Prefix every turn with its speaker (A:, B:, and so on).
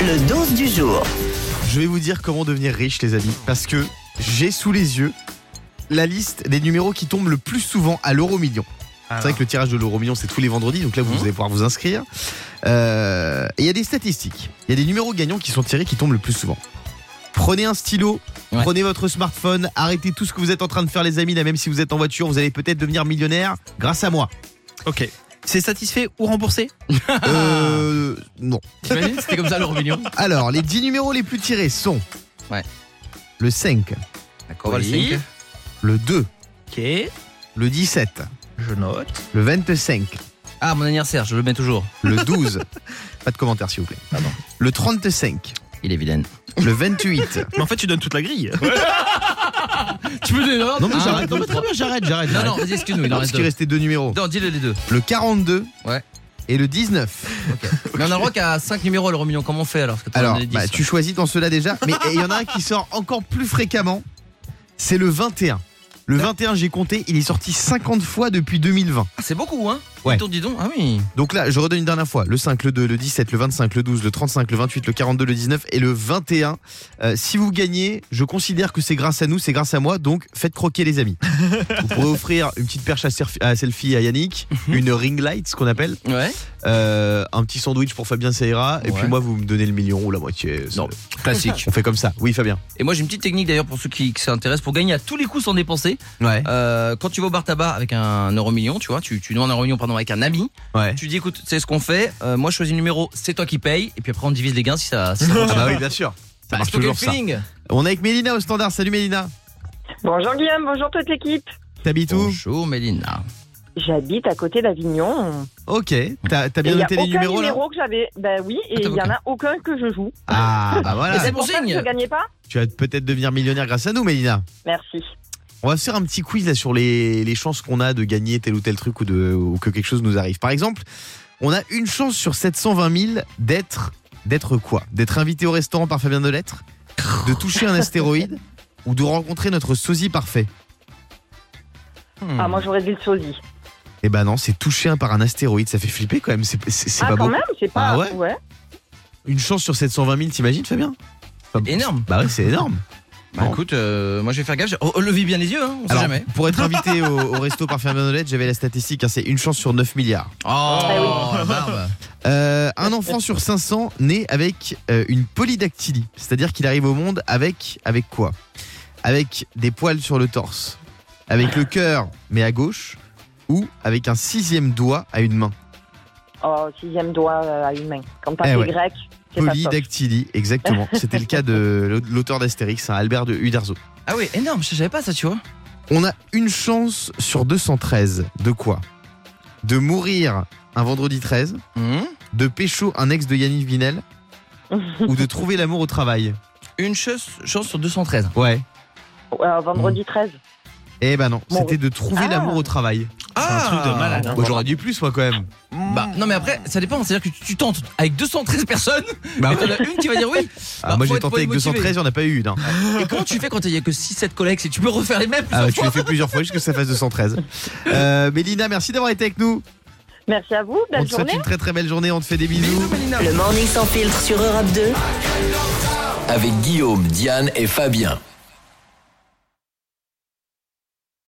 A: Le 12 du jour.
B: Je vais vous dire comment devenir riche, les amis, parce que j'ai sous les yeux la liste des numéros qui tombent le plus souvent à l'euro million. C'est vrai que le tirage de l'euro million, c'est tous les vendredis, donc là,
C: Mhm.
B: vous allez pouvoir vous inscrire. Euh, et il y a des statistiques. Il y a des numéros gagnants qui sont tirés qui tombent le plus souvent. Prenez un stylo,
C: Ouais.
B: prenez votre smartphone, arrêtez tout ce que vous êtes en train de faire, les amis, là, même si vous êtes en voiture, vous allez peut-être devenir millionnaire grâce à moi.
D: Ok. C'est satisfait ou remboursé
B: Euh, non.
C: T'imagines, c'était comme ça l'euro million.
B: Alors, les 10 numéros les plus tirés sont
C: Ouais.
B: le 5,
C: D'accord,
D: Oui.
C: le cinq.
B: le 2,
D: Ok.
B: le 17,
D: Je note.
B: le 25,
C: Ah, mon anniversaire, je le mets toujours.
B: le 12, pas de commentaire s'il vous plaît, le 35,
C: Il est vilaine.
B: le 28.
D: Mais en fait, tu donnes toute la grille.
C: Tu peux donner
B: Non mais
C: un,
B: j'arrête, Ah, non
C: deux,
B: mais très
C: trois.
B: bien, j'arrête, j'arrête.
C: Non,
B: j'arrête.
C: non, vas-y, excuse-nous, il en
B: parce
C: reste
B: qu'il
C: deux.
B: restait deux numéros,
C: Non, dis-le les deux.
B: le 42
C: Ouais.
B: et le 19.
C: Mais on a le droit qu'à 5 numéros à l'euro million. Comment on fait alors Parce que t'en as
B: Alors,
C: donné dix,
B: bah,
C: ouais.
B: tu choisis dans ceux-là déjà, mais il y en a un qui sort encore plus fréquemment, c'est le 21. Le 21, j'ai compté, il est sorti 50 fois depuis 2020.
C: Ah, C'est beaucoup, hein
B: Ouais.
C: Dis donc, dis donc. Ah oui.
B: Donc là, je redonne une dernière fois. Le 5, le 2, le 17, le 25, le 12, le 35, le 28, le 42, le 19 et le 21. Euh, si vous gagnez, je considère que c'est grâce à nous, c'est grâce à moi. Donc faites croquer les amis. vous pourrez offrir une petite perche à, surf- à selfie à Yannick,
C: Mhm.
B: une ring light, ce qu'on appelle,
C: Ouais.
B: euh, un petit sandwich pour Fabien Seira. Et
C: Ouais.
B: puis moi, vous me donnez le million ou la moitié. C'est-
C: Non, classique.
B: On fait comme ça. Oui, Fabien.
C: Et moi, j'ai une petite technique d'ailleurs pour ceux qui, qui s'intéressent pour gagner à tous les coups sans dépenser.
B: Ouais.
C: Euh, quand tu vas au bar tabac avec un euro million, tu vois, tu, tu demandes un euro million pardon, avec un ami,
B: Ouais.
C: tu dis écoute, c'est ce qu'on fait, euh, moi je choisis le numéro, c'est toi qui paye, et puis après on divise les gains si ça. Si ça
B: Ah bah oui, bien sûr. Ça
C: Bah, c'est
B: marche
C: toi qui as le
B: toujours ça.
C: feeling.
B: On est avec Mélina au standard. Salut Mélina.
E: Bonjour Guillaume, bonjour toute l'équipe.
B: T'habites où
C: Bonjour Mélina.
E: J'habite à côté d'Avignon.
B: Ok. T'as t'as
E: Et
B: bien
E: Il n'y a
B: noté
E: aucun
B: les numéros là
E: numéro que j'avais. Ben oui, et
C: Attends,
E: il n'y en a aucun que je joue.
B: Ah bah
C: Et
B: voilà.
C: c'est
E: C'est
C: bon
E: pour ça que
C: signe.
E: je ne gagnais pas
B: Tu vas peut-être devenir millionnaire grâce à nous, Mélina.
E: Merci.
B: On va se faire un petit quiz là sur les, les chances qu'on a de gagner tel ou tel truc ou, de, ou que quelque chose nous arrive. Par exemple, on a une chance sur 720 000 d'être d'être quoi D'être invité au restaurant par Fabien Delettre, de toucher un astéroïde ou de rencontrer notre sosie parfait. Hmm.
E: Ah, moi j'aurais dit le sosie.
B: Eh ben non, c'est touché un par un astéroïde, ça fait flipper quand même. C'est c'est- c'est
E: Ah,
B: pas
E: quand
B: beau.
E: même, c'est pas.
B: Ah ouais Une chance sur 720 000, t'imagines, Fabien Pas-
C: Énorme.
B: Bah ouais, c'est énorme.
C: Bah
B: Bon.
C: écoute, euh, moi je vais faire gaffe, on levie bien les yeux, hein, on sait
B: Alors,
C: jamais.
B: pour être invité au, au resto par Fabien Delettre, j'avais la statistique, hein, c'est une chance sur 9 milliards.
C: Oh,
E: Ah oui.
C: la barbe.
B: Euh, un enfant sur 500 naît avec euh, une polydactylie, c'est-à-dire qu'il arrive au monde avec avec quoi Avec des poils sur le torse, avec le cœur mais à gauche, ou avec un sixième doigt à une main.
E: Oh, sixième doigt euh, à une main. Quand t'as
B: Eh
E: fait
B: ouais.
E: grec, c'est pas top.
B: Polydactylie, exactement. C'était le cas de l'auteur d'Astérix, hein, Albert de Uderzo.
C: Ah oui, énorme, je savais pas ça, tu vois.
B: On a une chance sur 213 de quoi De mourir un vendredi 13,
C: Hum.
B: de pécho un ex de Yannick Vinel, ou de trouver l'amour au travail.
C: Une chance, chance sur 213.
B: Ouais.
E: Euh,
B: Hmm.
E: vendredi 13.
B: Eh ben non,
E: Bon,
B: c'était
E: oui.
B: de trouver
E: Ah.
B: l'amour au travail.
C: Ah.
D: un truc de malade, hein.
B: Bah, J'aurais dit plus, moi, quand même.
D: Mm.
C: Bah, non mais après, ça dépend, c'est-à-dire que tu, tu tentes avec 213 personnes,
B: Bah,
C: et t'en as une qui va dire oui.
B: Ah,
C: Bah,
B: moi,
C: faut
B: j'ai
C: être- faut
B: tenté avec
C: être motivé.
B: 213, il n'y en a pas eu une. hein.
C: Et comment tu fais quand il n'y a que 6-7 collègues Si tu peux refaire les mêmes
B: Ah,
C: plusieurs
B: tu l'as fait plusieurs fois jusqu'à ce que ça fasse 213. Euh, Mélina, merci d'avoir été avec nous.
E: Merci à vous,
B: on
E: belle
B: te souhaite
E: journée.
B: une très très belle journée, on te fait des
C: fois.
B: bisous.
C: Bisous, Mélina.
A: Le morning sans filtre sur Europe 2.
F: avec Guillaume, Diane et Fabien.